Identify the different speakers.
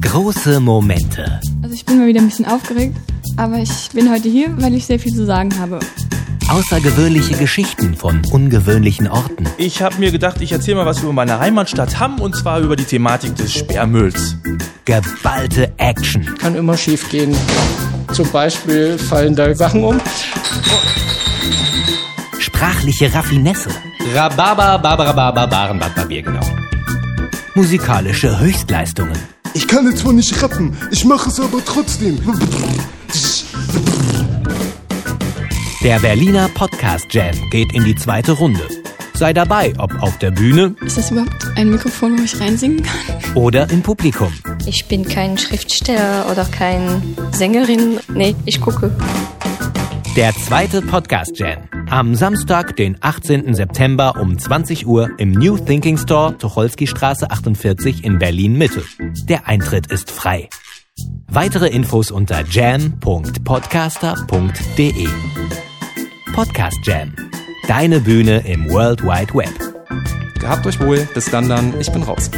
Speaker 1: Große Momente.
Speaker 2: Also ich bin mal wieder ein bisschen aufgeregt, aber ich bin heute hier, weil ich sehr viel zu sagen habe.
Speaker 1: Außergewöhnliche Geschichten von ungewöhnlichen Orten.
Speaker 3: Ich habe mir gedacht, ich erzähle mal was über meine Heimatstadt Hamm und zwar über die Thematik des Sperrmülls.
Speaker 1: Geballte Action.
Speaker 4: kann immer schief gehen. Zum Beispiel fallen da Sachen um.
Speaker 1: Sprachliche Raffinesse.
Speaker 5: Rhabarber, Barbara, Barenbad, Barbier, genau.
Speaker 1: Musikalische Höchstleistungen.
Speaker 6: Ich kann jetzt zwar nicht rappen, ich mache es aber trotzdem.
Speaker 1: Der Berliner Podcast Jam geht in die zweite Runde. Sei dabei, ob auf der Bühne
Speaker 2: Ist das überhaupt ein Mikrofon, wo ich reinsingen kann?
Speaker 1: oder im Publikum.
Speaker 7: Ich bin kein Schriftsteller oder kein Sängerin. Nee, ich gucke.
Speaker 1: Der zweite Podcast Jam. Am Samstag, den 18. September um 20 Uhr im New Thinking Store, Tucholsky Straße 48 in Berlin Mitte. Der Eintritt ist frei. Weitere Infos unter jam.podcaster.de. Podcast Jam. Deine Bühne im World Wide Web.
Speaker 3: Gehabt euch wohl, bis dann dann, ich bin raus.